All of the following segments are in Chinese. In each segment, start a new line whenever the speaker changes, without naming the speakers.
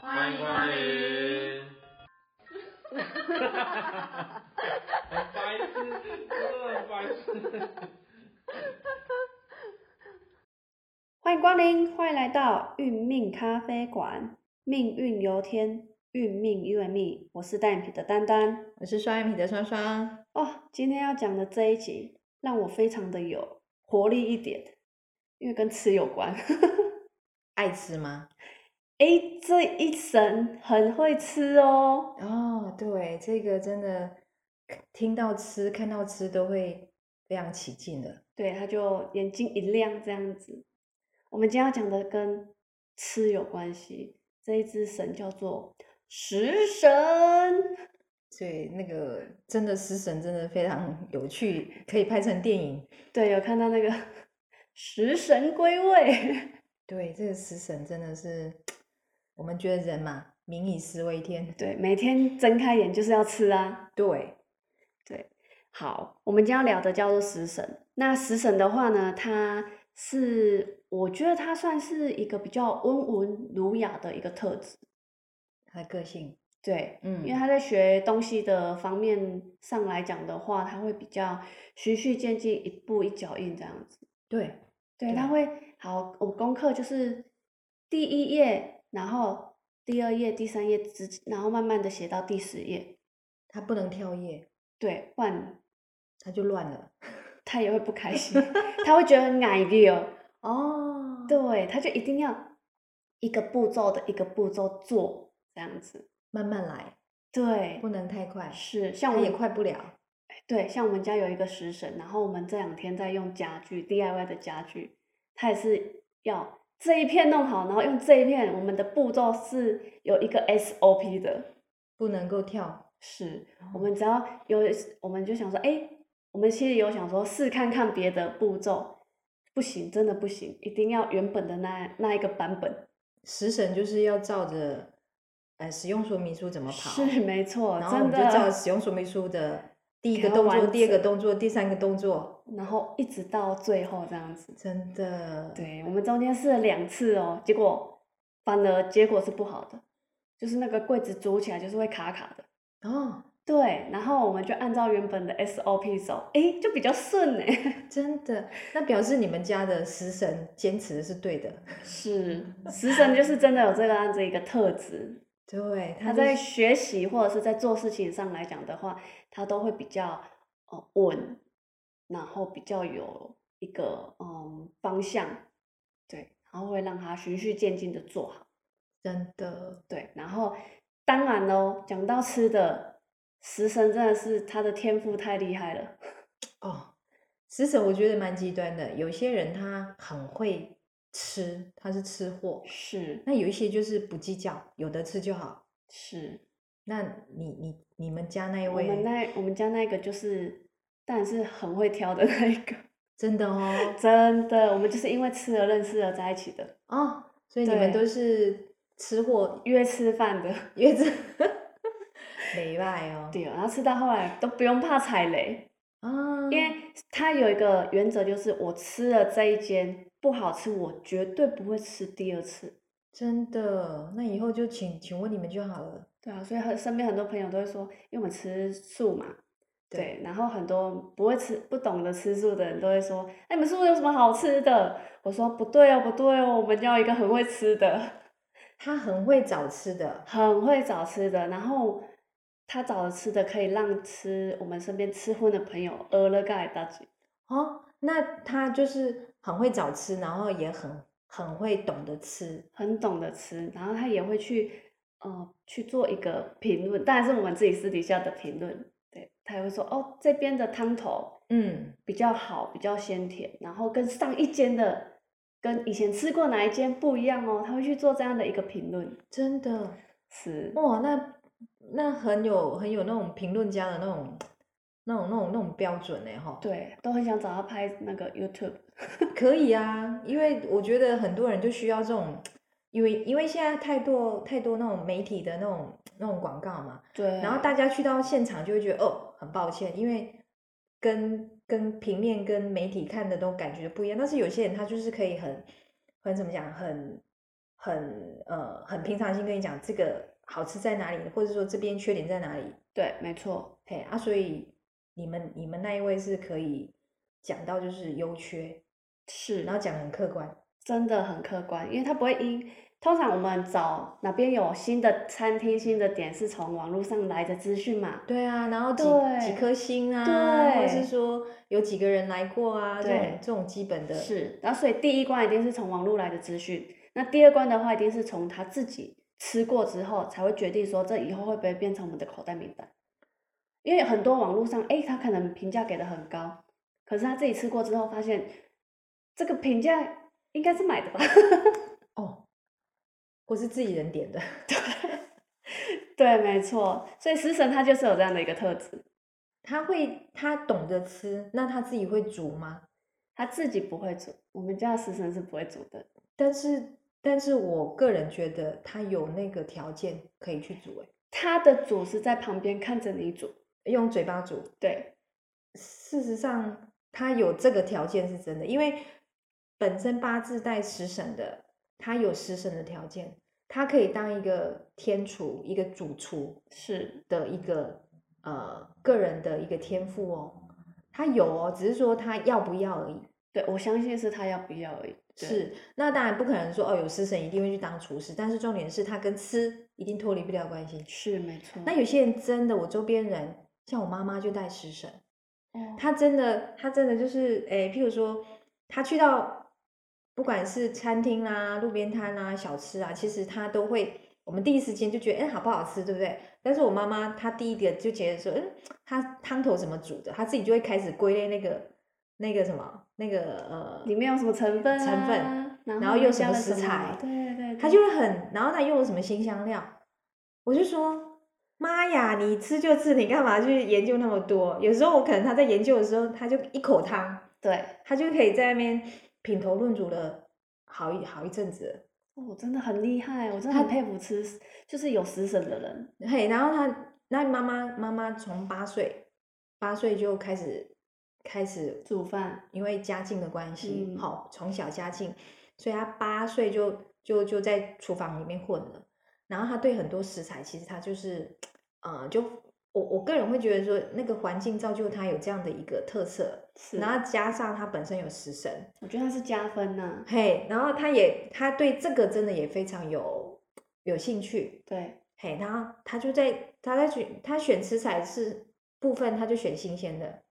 欢迎光 临。很白痴，真的很白痴。
欢迎光临，欢迎来到运命咖啡馆，命运由天，运命由命。我是单眼皮的丹丹。
我是双眼皮的双双。
哦，今天要讲的这一集让我非常的有活力一点，因为跟吃有关。
爱吃吗？
诶，这一神很会吃哦。
哦，对，这个真的听到吃、看到吃都会非常起劲的。
对，他就眼睛一亮这样子。我们今天要讲的跟吃有关系，这一只神叫做食神。
所以那个真的食神真的非常有趣，可以拍成电影。
对，有看到那个食神归位。
对，这个食神真的是，我们觉得人嘛，民以食为天。
对，每天睁开眼就是要吃啊。
对，
好，我们今天要聊的叫做食神。那食神的话呢，它是我觉得它算是一个比较温文儒雅的一个特质。
他的个性，
对，
嗯
因为他在学东西的方面上来讲的话，他会比较循序渐进，一步一脚印这样子。
对，啊
对，他会好，我功课就是第一页，然后第二页、第三页直，然后慢慢的写到第十页。
他不能跳页，
对，不然
他就乱了。
他也会不开心，他会觉得很矮哦。
哦，
对，他就一定要一个步骤的一个步骤做这样子。
慢慢来，
对
不，能太快，
是像
他
我
也
们
快不了。
对，像我们家有一个食神，然后我们这两天在用家具 DIY 的家具，它也是要这一片弄好，然后用这一片，我们的步骤是有一个 SOP 的。
不能够跳，
是我
哦
们只要有，我们就想说，哎，我们其实有想说试看看别的步骤，不行，真的不行，一定要原本的那那一个版本。
食神就是要照着呃使用说明书怎么跑，
是没错，
然后我
真
们就
的。
照使用说明书的第一
给
个
它
动
完
作、第二个
整
动作、第三个动作，
然后一直到最后这样子。
真的，
对，我们中间试了两次哦，结果反而结果是不好的，就是那个柜子组起来就是会卡卡的。
哦，
对，然后我们就按照原本的 SOP 走，诶，就比较顺 哎。
真的，那表示你们家的食神坚持的是对的，
是，食神就是真的有这个样子一个特质，
对，
他
就
在
是
学习或者是在做事情上来讲的话，他都会比较呃稳，然后比较有一个嗯方向，对，然后会让他循序渐进的做好，
真的，
对，然后当然喽，讲到吃的，食神真的是他的天赋太厉害了，
哦，食神我觉得蛮极端的，有些人他很会吃，他是吃货，
是
那有一些就是不计较，有的吃就好。
是，
那你你你们家那一
我
位
们那我们家那个就是，但是很会挑的那一个，
真的哦
真的，我们就是因为吃而认识而在一起的，
哦，所以你们
对
都是吃货
约吃饭的。
月子，没赖哦。
对，然后吃到后来都不用怕踩雷，
啊，
因为他有一个原则，就是我吃了这一间不好吃，我绝对不会吃第二次。
真的，那以后就请请问你们就好了。
对啊，所以很身边很多朋友都会说，因为我们吃素嘛，
对
对，然后很多不会吃、不懂得吃素的人都会说，哎，你们素有什么好吃的？我说不对哦，不对哦，我们要一个很会吃的，
他很会找吃的，
很会找吃的，然后他找的吃的可以让吃我们身边吃荤的朋友饿了盖大吉。
哦，那他就是很会找吃，然后也很很会懂得吃，
很懂得吃，然后他也会去呃去做一个评论，当然是我们自己私底下的评论。对，他也会说哦，这边的汤头
嗯，
比较好，比较鲜甜，然后跟上一间的跟以前吃过哪一间不一样哦，他会去做这样的一个评论。
真的，
是，
哇，那那很有很有那种评论家的那种那种那种那种标准哎哈。
对，都很想找他拍那个 YouTube。
可以啊，因为我觉得很多人就需要这种，因为因为现在太多太多那种媒体的那种那种广告嘛，
对，
然后大家去到现场就会觉得哦，很抱歉，因为跟跟平面跟媒体看的都感觉不一样。但是有些人他就是可以很很怎么讲，很很呃很平常心跟你讲这个好吃在哪里，或者说这边缺点在哪里，
对，没错，
嘿啊，所以你们你们那一位是可以讲到就是优缺，
是，
然后讲得很客观，
真的很客观，因为它不会因。通常我们找哪边有新的餐厅、新的点，是从网络上来的资讯嘛？
对啊，然后几
对
几颗星啊，
对
或者是说有几个人来过啊，这
对
种这种基本的，
是，然后所以第一关一定是从网络来的资讯，那第二关的话，一定是从他自己吃过之后才会决定说这以后会不会变成我们的口袋名单。因为很多网络上，哎，他可能评价给的很高，可是他自己吃过之后发现，这个评价应该是买的吧？
哦，我是自己人点的，
对，没错。所以食神他就是有这样的一个特质，
他会他懂得吃，那他自己会煮吗？
他自己不会煮，我们家的食神是不会煮的。
但是，但是我个人觉得他有那个条件可以去煮、欸，
他的煮是在旁边看着你煮，
用嘴巴煮。
对，
事实上，他有这个条件是真的，因为本身八字带食神的，他有食神的条件，他可以当一个天厨、一个主厨
是
的一个呃个人的一个天赋哦，他有哦，只是说他要不要而已。
对，我相信是他要不要而已。对，
是，那当然不可能说哦，有食神一定会去当厨师，但是重点是他跟吃一定脱离不了关系。
是没错。
那有些人真的，我周边人，像我妈妈就带食神，
哦
她真的，她真的就是，诶，譬如说，她去到不管是餐厅啦、路边摊啦、小吃啊，其实她都会，我们第一时间就觉得，哎，好不好吃，对不对？但是我妈妈她第一个就觉得说，嗯，她汤头怎么煮的，她自己就会开始归类那个那个什么那个呃，
里面有什么成分、啊？
成分
然
然
后
后又什
加
么
了
食材
对对对，
他就会很，然后他用了什么新香料，我就说，妈呀，你吃就吃，你干嘛去研究那么多？有时候我可能他在研究的时候，他就一口汤，
对。
他就可以在那边品头论足了好一好一阵子
我、哦真的很厉害，我真的
他
很佩服吃，就是有食神的人。
了。嘿，然后他那妈妈妈妈从八岁，八岁就开始开始
煮饭，
因为家境的关系
嗯，
好、从小家境，所以他八岁就就就在厨房里面混了。然后他对很多食材，其实他就是，呃，就我我个人会觉得说，那个环境造就他有这样的一个特色，
是，
然后加上他本身有食神，
我觉得他是加分呐、
嘿，然后他也他对这个真的也非常有有兴趣，
对，
嘿，然后他就在他在选他选食材是部分，他就选新鲜的，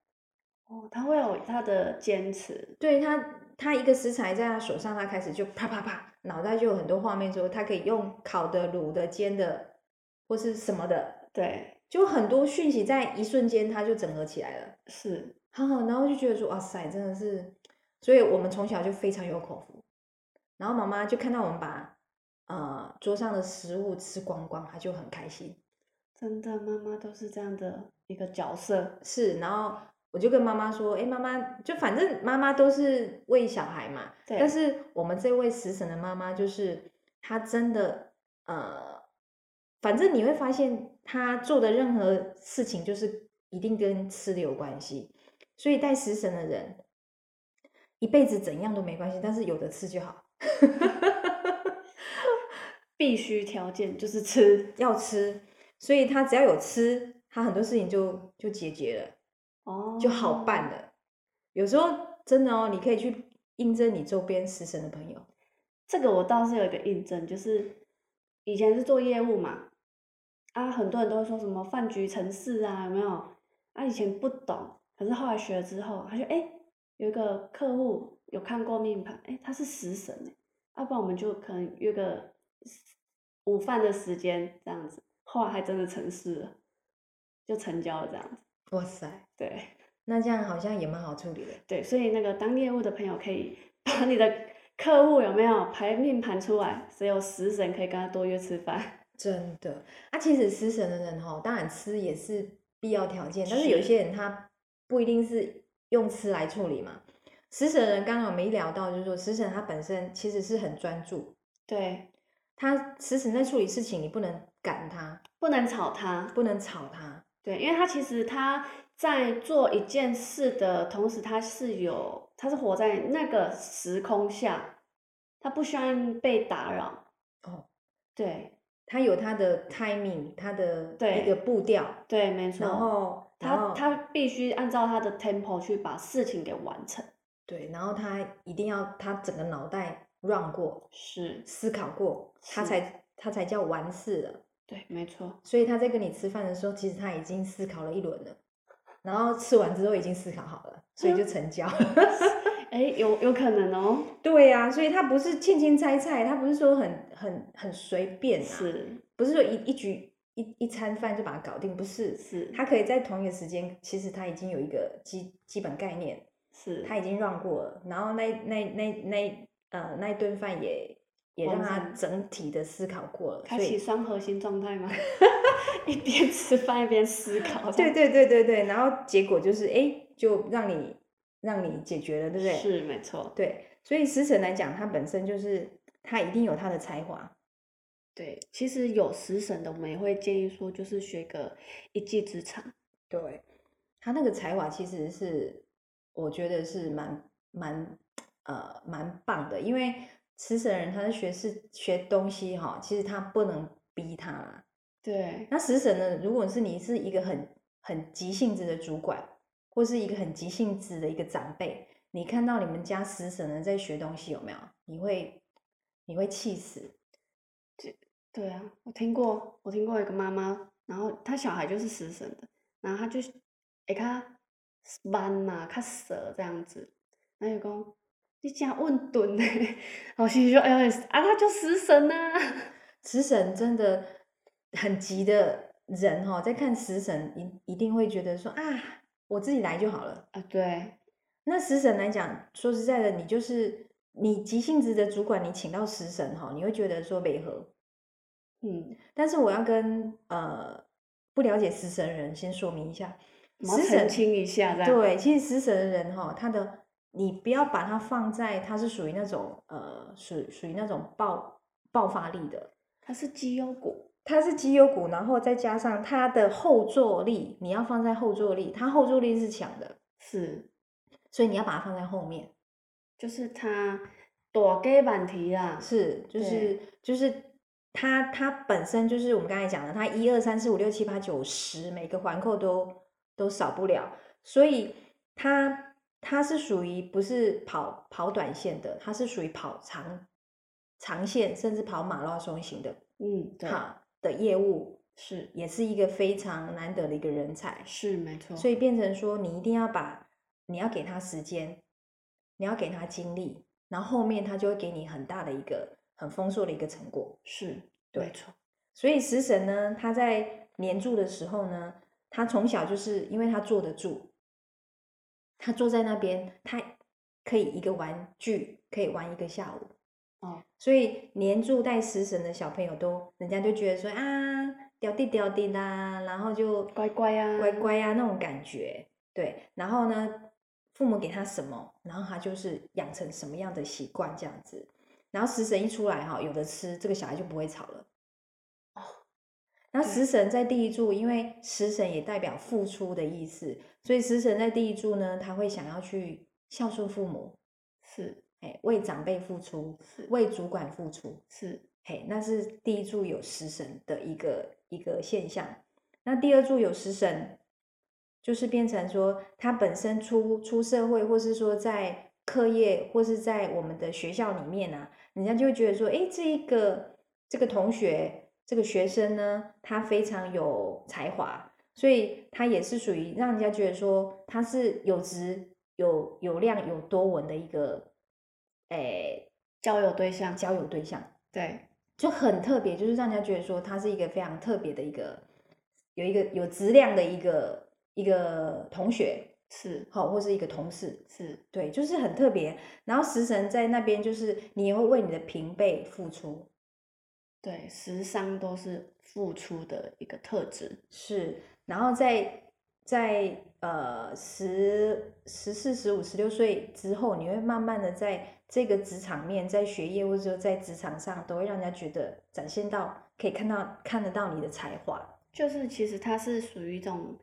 哦，他会有他的坚持，
对他，他一个食材在他手上，他开始就啪啪啪，脑袋就有很多画面说，他可以用烤的、卤的、煎的，或是什么的，
对，
就很多讯息在一瞬间他就整合起来了。
是，
好好，然后就觉得说，哇塞，真的是，所以我们从小就非常有口福。然后妈妈就看到我们把呃桌上的食物吃光光，她就很开心。
真的，妈妈都是这样的一个角色，
是，然后我就跟妈妈说，哎，妈妈，就反正妈妈都是喂小孩嘛，
对，
但是我们这位食神的妈妈，就是她真的呃，反正你会发现她做的任何事情，就是一定跟吃的有关系。所以带食神的人，一辈子怎样都没关系，但是有的吃就好，
必须条件就是吃，
要吃。所以她只要有吃，她很多事情就就解决了。
哦，
就好办了。有时候真的哦，你可以去印证你周边食神的朋友。
这个我倒是有一个印证，就是以前是做业务嘛，啊，很多人都会说什么饭局城市啊，有没有？啊，以前不懂，可是后来学了之后，他就哎、诶有一个客户有看过命盘，哎、他是食神哎、要、不然我们就可能约个午饭的时间这样子，后来还真的成事了，就成交了这样子，
哇塞，
对。
那这样好像也蛮好处理的。
对，所以那个当业务的朋友可以把你的客户有没有排命盘出来，只有食神可以跟他多约吃饭。
真的，啊，其实食神的人哈、当然吃也是必要条件，但是有
是
些人他不一定是用吃来处理嘛。食神的人刚刚我们一聊到，就是说食神他本身其实是很专注，
对，
他食神在处理事情，你不能赶他，
不能吵他。
不能吵他，
对，因为他其实他在做一件事的同时，他是有他是活在那个时空下，他不希望被打扰，
哦
对
它有它的 timing，它的
对
一个步调，
对，没错。
然后然
他
后
他必须按照他的 tempo 去把事情给完成。
对，然后他一定要他整个脑袋 run 过，
是，
思考过，他
是
才他才叫完事了。
对，没错，
所以他在跟你吃饭的时候，其实他已经思考了一轮了，然后吃完之后已经思考好了， 所以就成交。
哎，有有可能哦，
对呀、所以他不是轻轻猜猜，他不是说很很很随便啊，
是
不是说一一局一一餐饭就把它搞定，不是。
是，
他可以在同一个时间，其实他已经有一个基基本概念，
是
他已经 run 过了，然后那那那那呃那一顿饭也也让
完
他
成
整体的思考过了，
开
所
启
以
双核心状态吗？ 一边吃饭一边思考，这
对
样
对对对对，然后结果就是哎、诶就让你让你解决了，对不对？
是没错，
对，所以师承来讲，他本身就是他一定有他的才华，
对。其实有食神的，我们也会建议说，就是学个一技之长，
对，他那个才华其实是我觉得是蛮蛮呃蛮棒的，因为吃神人他在学是学东西哈，其实他不能逼他啦。
对，
那食神呢，如果是你是一个很很急性子的主管，或是一个很急性子的一个长辈，你看到你们家食神人在学东西有没有？你会你会气死。
对啊，我听过，我听过一个妈妈，然后她小孩就是食神的，然后她就会较 man 呐、较蛇这样子，然后就讲你真混沌呢， 我心里就哎呦啊，他就食神啊呐、
食神真的很急的人哈、哦，在看食神一一定会觉得说啊，我自己来就好了。
啊，对，
那食神来讲，说实在的，你就是你急性子的主管，你请到食神哈、你会觉得说违和。
嗯，
但是我要跟呃不了解食神的人先说明一下，
我们
食
要澄
神
清一下这样，
对，其实食神的人哈、他的你不要把他放在他是属于那种呃属属于那种爆爆发力的，
它是绩优股，
它是绩优股，然后再加上它的后坐力，你要放在后坐力，它后坐力是强的，
是，
所以你要把它放在后面。
就是它大家问题啊，
是，就是就是它它本身就是我们刚才讲的，它一二三四五六七八九十每个环扣都都少不了，所以它它是属于不是跑跑短线的，它是属于跑长长线甚至跑马拉松型的，
嗯，对，
好的业务
是
也是一个非常难得的一个人才。
是没错，
所以变成说，你一定要把你要给他时间，你要给他精力，然后后面他就会给你很大的一个很丰硕的一个成果。
是
对
没错，
所以食神呢，他在年住的时候呢，他从小就是因为他坐得住，他坐在那边，他可以一个玩具可以玩一个下午。
哦，
所以年住带食神的小朋友都，人家就觉得说啊，屌弟屌弟啦，然后就
乖乖啊，
乖乖呀、那种感觉。对，然后呢，父母给他什么，然后他就是养成什么样的习惯这样子。然后食神一出来哈、有的吃，这个小孩就不会吵了。
哦，
那
对
食神在第一柱，因为食神也代表付出的意思，所以食神在第一柱呢，他会想要去孝顺父母，
是
哎，为长辈付出，
是
为主管付出，
是
嘿，那是第一柱有食神的一个一个现象。那第二柱有食神，就是变成说他本身出出社会，或是说在课业，或是在我们的学校里面啊，人家就会觉得说，诶，这一个这个同学，这个学生呢，他非常有才华，所以他也是属于让人家觉得说他是有质、有有量、有多文的一个，诶，
交友对象，
交友对象。
对，
就很特别，就是让人家觉得说他是一个非常特别的一个，有一个有质量的一个一个同学，
是
好、或是一个同事，
是
对，就是很特别。然后食神在那边，就是你也会为你的平辈付出，
对，时尚都是付出的一个特质，
是，然后在在呃十十四、十五、十六岁之后，你会慢慢的在这个职场面，在学业或者说在职场上，都会让人家觉得展现到可以看到看得到你的才华。
就是其实它是属于一种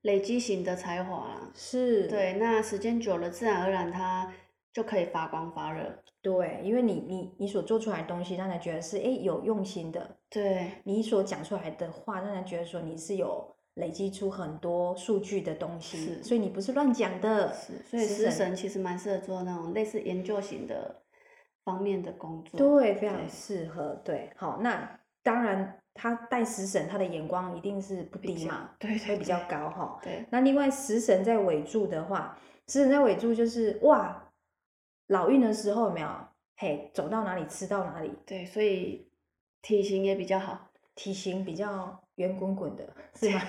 累积型的才华啦。
是，
对，那时间久了，自然而然它就可以发光发热。
对，因为你你你所做出来的东西，让人觉得是哎有用心的，
对，
你所讲出来的话，让人觉得说你是有累积出很多数据的东西，
是
所以你不是乱讲的。
是，所以
食
食
神
神其实蛮适合做那种类似研究型的方面的工作。
对，非常
对
适合。对，好，那当然他带食神，他的眼光一定是不
比
低
较
嘛，
对
会
对
比较
对
高哈。
对，
那另外食神在尾柱的话，食神在尾柱就是哇，老运的时候有没有？嘿，走到哪里吃到哪里，
对，所以体型也比较好，
体型比较圆滚滚的，是吗？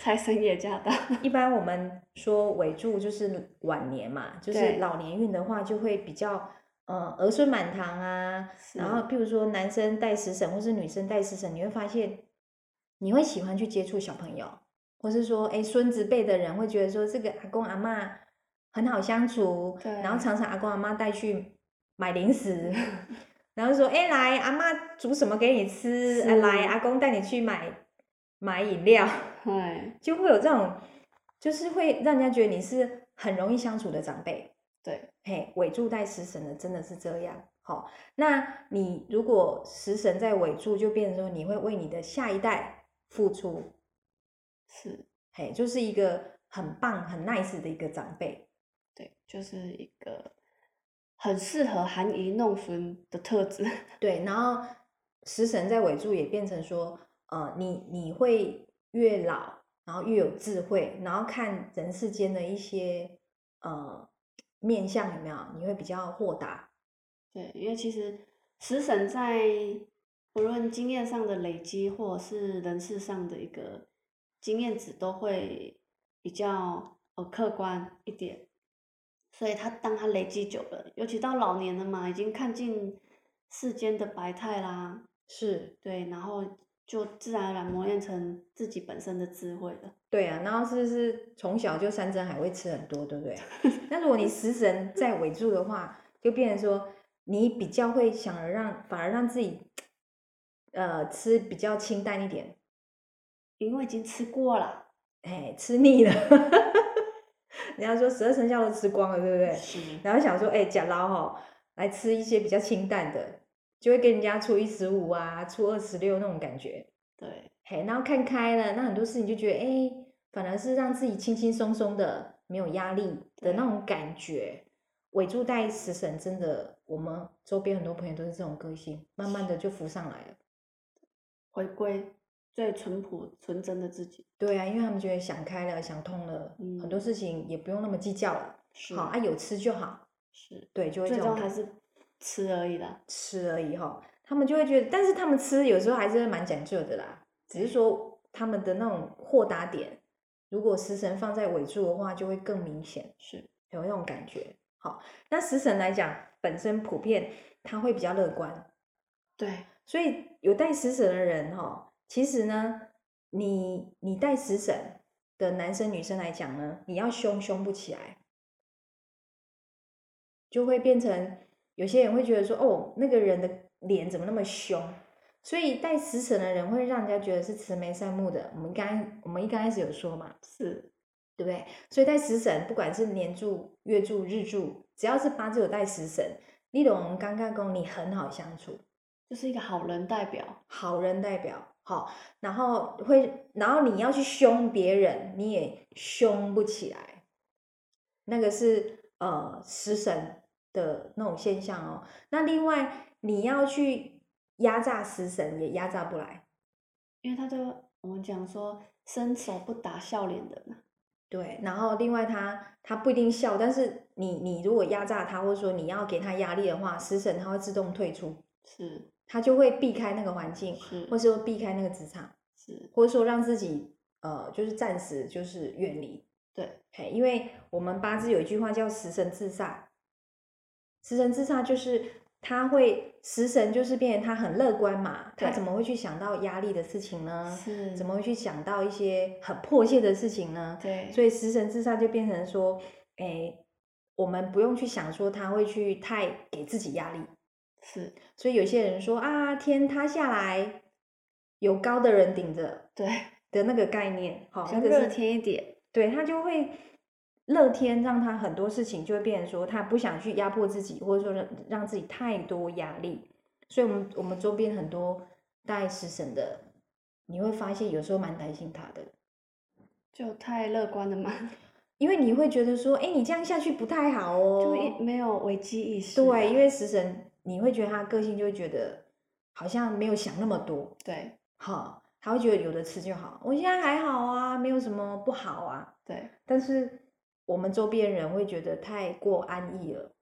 财神也加大。
一般我们说尾柱就是晚年嘛，就是
对
老年运的话，就会比较呃儿孙满堂啊。然后，譬如说男生带食神，或是女生带食神，你会发现你会喜欢去接触小朋友，或是说哎孙子辈的人会觉得说这个阿公阿嬷很好相处，
对
然后常常阿公阿嬷带去买零食。 然后说，哎、来，阿嬷煮什么给你吃？啊来，
是
阿公带你去买买饮料。
对
就会有这种，就是会让人家觉得你是很容易相处的长辈。
对，
嘿，尾柱带食神的真的是这样。好，那你如果食神在尾柱，就变成说你会为你的下一代付出，
是，
嘿，就是一个很棒、很 nice 的一个长辈。
对，就是一个很适合含饴弄孙的特质。
对，然后食神在尾柱也变成说，呃，你你会越老，然后越有智慧，然后看人世间的一些呃面相有没有，你会比较豁达。
对，因为其实食神在不论经验上的累积，或者是人事上的一个经验值，都会比较呃客观一点。所以他当他累积久了，尤其到老年了嘛，已经看尽世间的百态啦，
是，
对，然后就自然而然磨练成自己本身的智慧了。
对啊，然后是不是从小就山珍海味吃很多，对不对？啊那如果你食神在尾柱的话，就变成说你比较会想而让，反而让自己呃吃比较清淡一点，
因为已经吃过了，
哎，吃腻了。 人家说十二生肖都吃光了，对不对？
是
然后想说，哎，假捞哈，来吃一些比较清淡的，就会跟人家初一十五啊、初二十六那种感觉。
对，
嘿，然后看开了，那很多事情就觉得，哎、反而是让自己轻轻松松的，没有压力的
对
那种感觉。尾柱带食神，真的，我们周边很多朋友都是这种个性，慢慢的就浮上来了。
回归最淳朴纯真的自己。
对啊，因为他们觉得想开了，想通了，很多
嗯
事情也不用那么计较了。
是
好啊，有吃就好。
是，
对，就会这
最
种
终
感
还是吃而已啦。
吃而已哈。他们就会觉得，但是他们吃有时候还是蛮讲究的啦，只是说他们的那种豁达点，如果食神放在尾柱的话，就会更明显。
是
有那种感觉。好，那食神来讲，本身普遍他会比较乐观，
对，
所以有带食神的人哈、其实呢，你你带食神的男生女生来讲呢，你要凶凶不起来，就会变成有些人会觉得说，哦，那个人的脸怎么那么凶？所以带食神的人会让人家觉得是慈眉善目的。我们刚我们一刚开始有说嘛，
是
对不对？所以带食神，不管是年柱、月柱、日柱，只要是八字有带食神，你懂刚刚讲你很好相处，
就是一个好人代表，
好人代表好，然后会，然后你要去凶别人，你也凶不起来，那个是呃食神的那种现象哦。那另外你要去压榨食神，也压榨不来，
因为他就我们讲说伸手不打笑脸人嘛，
对，然后另外他他不一定笑，但是你你如果压榨他，或者说你要给他压力的话，食神他会自动退出，
是
他就会避开那个环境，
是
或是说避开那个职场，
是，
或者说让自己呃就是暂时就是远离。
对，
嘿，因为我们八字有一句话叫食神自煞，食神自煞就是他会食神就是变成他很乐观嘛，他
对
怎么会去想到压力的事情呢？
是
怎么会去想到一些很迫切的事情呢？
对，
所
以
以食神自煞就变成说，哎，我们不用去想说他会去太给自己压力。
是
所以有些人说啊，天塌下来，有高的人顶着
对，
的那个概念，好、
比
那
较
个
热
是，
天一点，
对他就会乐天让他很多事情就会变成说，他不想去压迫自己，或者说让让自己太多压力。所以，我们我们周边很多带食神的，你会发现有时候蛮担心他的，
就太乐观了嘛，
因为你会觉得说，哎，你这样下去不太好哦。
就一啊没有危机意识。
对，因为食神你会觉得他个性就会觉得好像没有想那么多，
对
好，他会觉得有的吃就好，我现在还好啊，没有什么不好啊。
对
但是我们周边人会觉得太过安逸了，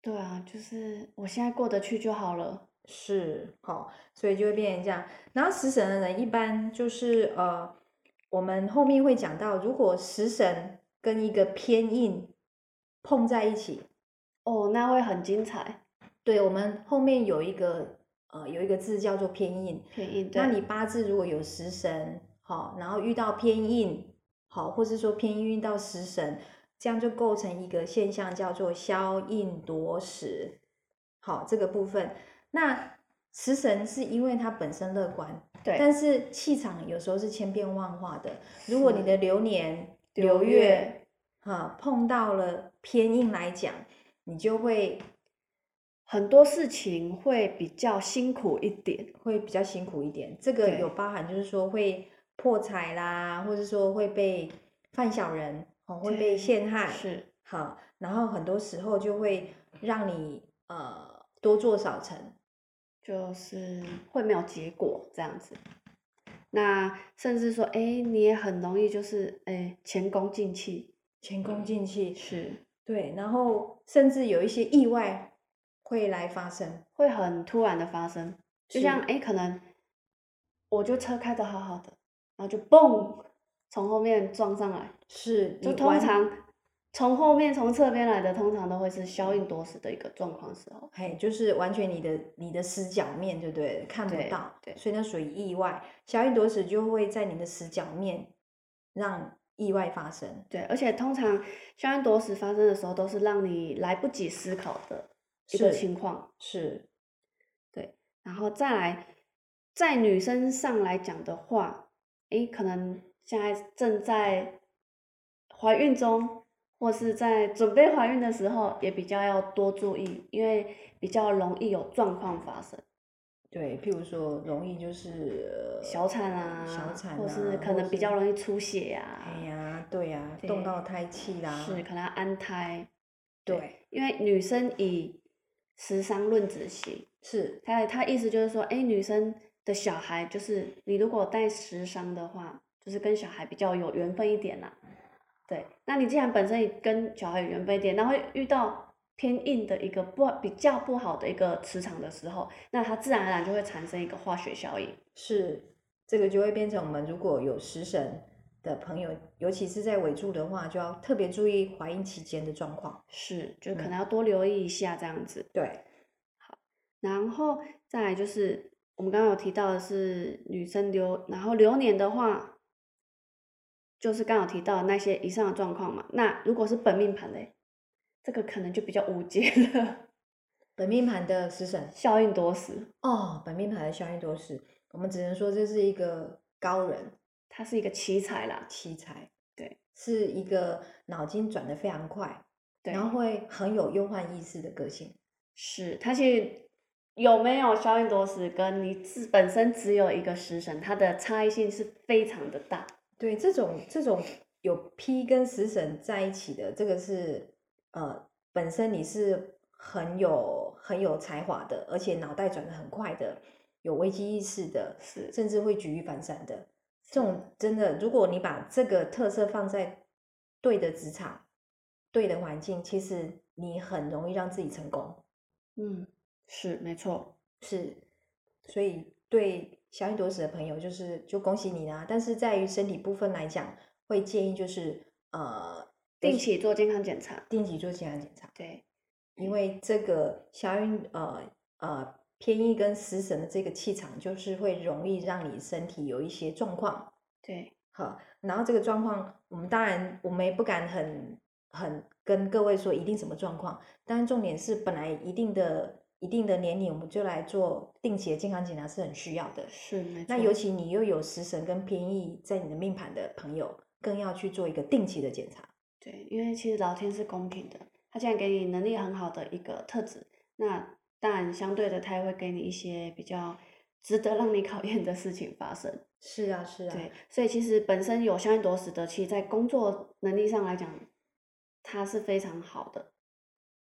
对啊，就是我现在过得去就好了。
是，好，所以就会变成这样。然后食神的人一般就是呃，我们后面会讲到，如果食神跟一个偏硬碰在一起，
哦，那会很精彩，
对我们后面有一个呃有一个字叫做偏硬，
便宜。对
那你八字如果有食神，好，然后遇到偏印，好，或是说偏印遇到食神，这样就构成一个现象叫做消印夺食。好，这个部分，那食神是因为它本身乐观，
对，
但是气场有时候是千变万化的。如果你
是
的流年、
流
流
月
月，哈、碰到了偏印来讲，你就会
很多事情会比较辛苦一点。
会比较辛苦一点。这个
对
有包含，就是说会破财啦，或者说会被犯小人哦，会
对
被陷害。
是，
好，然后很多时候就会让你呃多做少成。
就是会没有结果这样子。那甚至说，哎，你也很容易就是，哎，前功尽弃。
前
嗯
功尽弃，
是，
对，然后甚至有一些意外会来发生，
会很突然的发生。就是像，哎，可能我就车开的好好的，然后就嘣，从后面撞上来。
是
就
你
通
完
常从后面从侧边来的，通常都会是消应多时的一个状况时候。
哎，就是完全你的你的死角面，对不对？看不
对
到，
对
所以那属于意外。小运夺食就会在你的死角面让意外发生，
对，而且通常消应多时发生的时候，都是让你来不及思考的一个
是
情况。
是
然后再来，在女生上来讲的话，诶，可能现在正在怀孕中，或是在准备怀孕的时候，也比较要多注意，因为比较容易有状况发生。
对。譬如说，容易就是呃
小产啊，
小产啊，
或是可能比较容易出血啊，
哎呀，对呀，动
对
到胎气啦，
是可能要安胎，
对，
因为女生以时伤论子型，
是
她她意思就是说，哎，女生的小孩就是你如果带时伤的话，就是跟小孩比较有缘分一点啦。对，那你既然本身也跟小孩有缘分一点，那会遇到偏硬的一个不好比较不好的一个磁场的时候，那它自然而然就会产生一个化学效应。
是，这个就会变成我们如果有食神的朋友，尤其是在尾柱的话，就要特别注意怀孕期间的状况。
是，就可
嗯
能要多留意一下这样子。
对，
然后再来就是我们刚刚有提到的是女生流，然后流年的话，就是刚好提到的那些以上的状况嘛。那如果是本命盘嘞，这个可能就比较无解了，
本命盘的食神
效应多时，
哦，本命牌的效应多是，我们只能说这是一个高人
它是一个奇才啦。
奇才，
对，
是一个脑筋转得非常快，
对，
然后会很有忧患意识的个性。
是它其实有没有效应多时，跟你自本身只有一个食神，它的差异性是非常的大。
对，这种这种有 P 跟食神在一起的，这个是呃，本身你是很有很有才华的，而且脑袋转得很快的，有危机意识的，
是
甚至会举一反三的。这种真的，如果你把这个特色放在对的职场、对的环境，其实你很容易让自己成功。
嗯，是没错。
是，所以对小运夺食的朋友，就是就恭喜你啦。但是在于身体部分来讲，会建议就是呃
定期做健康检查，
定期做健康检查，
对，
因为这个小运呃呃偏硬跟食神的这个气场，就是会容易让你身体有一些状况。
对，
好，然后这个状况，我们当然我们也不敢很很跟各位说一定什么状况，但是重点是本来一定的一定的年龄，我们就来做定期的健康检查是很需要的。
是没错。
那尤其你又有食神跟偏移在你的命盘的朋友，更要去做一个定期的检查。
对，因为其实老天是公平的，他既然给你能力很好的一个特质，那当然相对的他也会给你一些比较值得让你考验的事情发生。
是啊，是啊，
对，所以其实本身有相应夺食的，其实在工作能力上来讲，它是非常好的，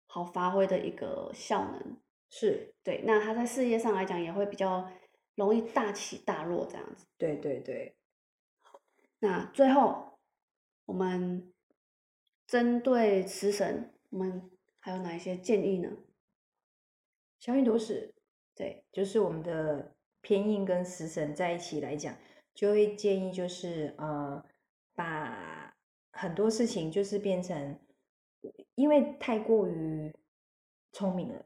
好发挥的一个效能。
是，
对，那他在事业上来讲也会比较容易大起大落这样子。
对对对，
那最后，我们针对食神，我们还有哪一些建议呢？
小运夺食
对，
就是我们的偏印跟食神在一起来讲，就会建议就是呃，把很多事情就是变成，因为太过于聪明了，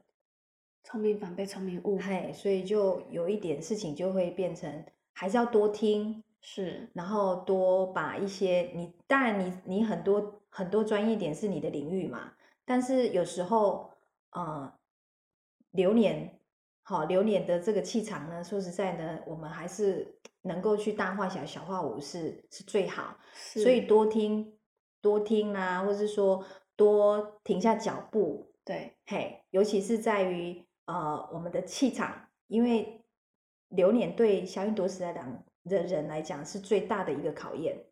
聪明反被聪明误，
嘿，所以就有一点事情就会变成还是要多听，
是
然后多把一些你，当然你你很多很多专业点是你的领域嘛，但是有时候呃，流年好流年的这个气场呢，说实在呢，我们还是能够去大化小，小化无是是最好，
是，
所以多听多听啊，或是说多停下脚步，
对
嘿，尤其是在于呃我们的气场，因为流年对小运夺食来讲的人来讲是最大的一个考验。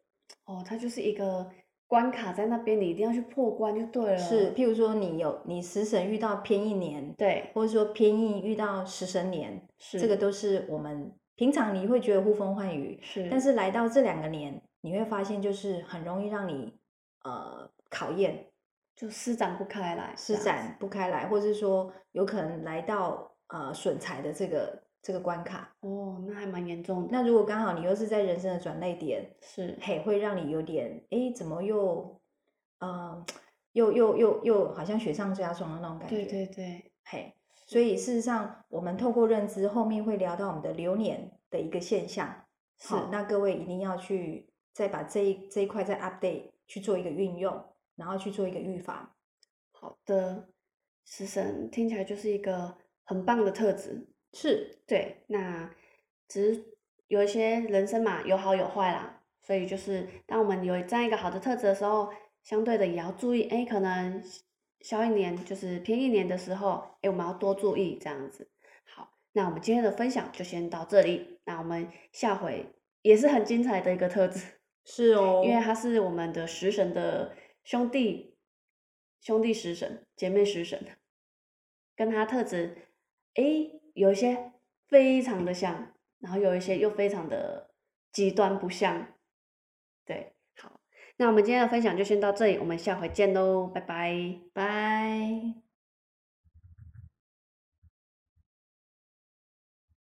哦，它就是一个关卡在那边，你一定要去破关就对啊了。
是，，譬如说你有你食神遇到偏印年，
对，
或者说偏印遇到食神年，
是
这个都是我们平常你会觉得呼风唤雨，
是，
但是来到这两个年，你会发现就是很容易让你呃考验，
就施展不开来，
施
这样
展不开来，或是说有可能来到呃损财的这个这个关卡。
子哦，那还蛮严重的。
那如果刚好你又是在人生的转捩点，
是
嘿，会让你有点诶，怎么又，嗯、又又又又好像雪上加霜的那种感觉。
对对对，
嘿，所以事实上，我们透过认知，后面会聊到我们的流年的一个现象。
是
好，那各位一定要去再把这一这一块再 update 去做一个运用，然后去做一个预防。
好的。食神听起来就是一个很棒的特质，
是，
对，那只是有一些人生嘛，有好有坏啦，所以就是当我们有这样一个好的特质的时候，相对的也要注意，哎，可能小一年就是偏一年的时候，哎，我们要多注意这样子。好，那我们今天的分享就先到这里，那我们下回也是很精彩的一个特质，
是哦
因为它是我们的食神的兄弟，兄弟食神，姐妹食神，跟他特质，诶，有一些非常的像，然后有一些又非常的极端不像。对，好，那我们今天的分享就先到这里，我们下回见喽，拜拜。
拜。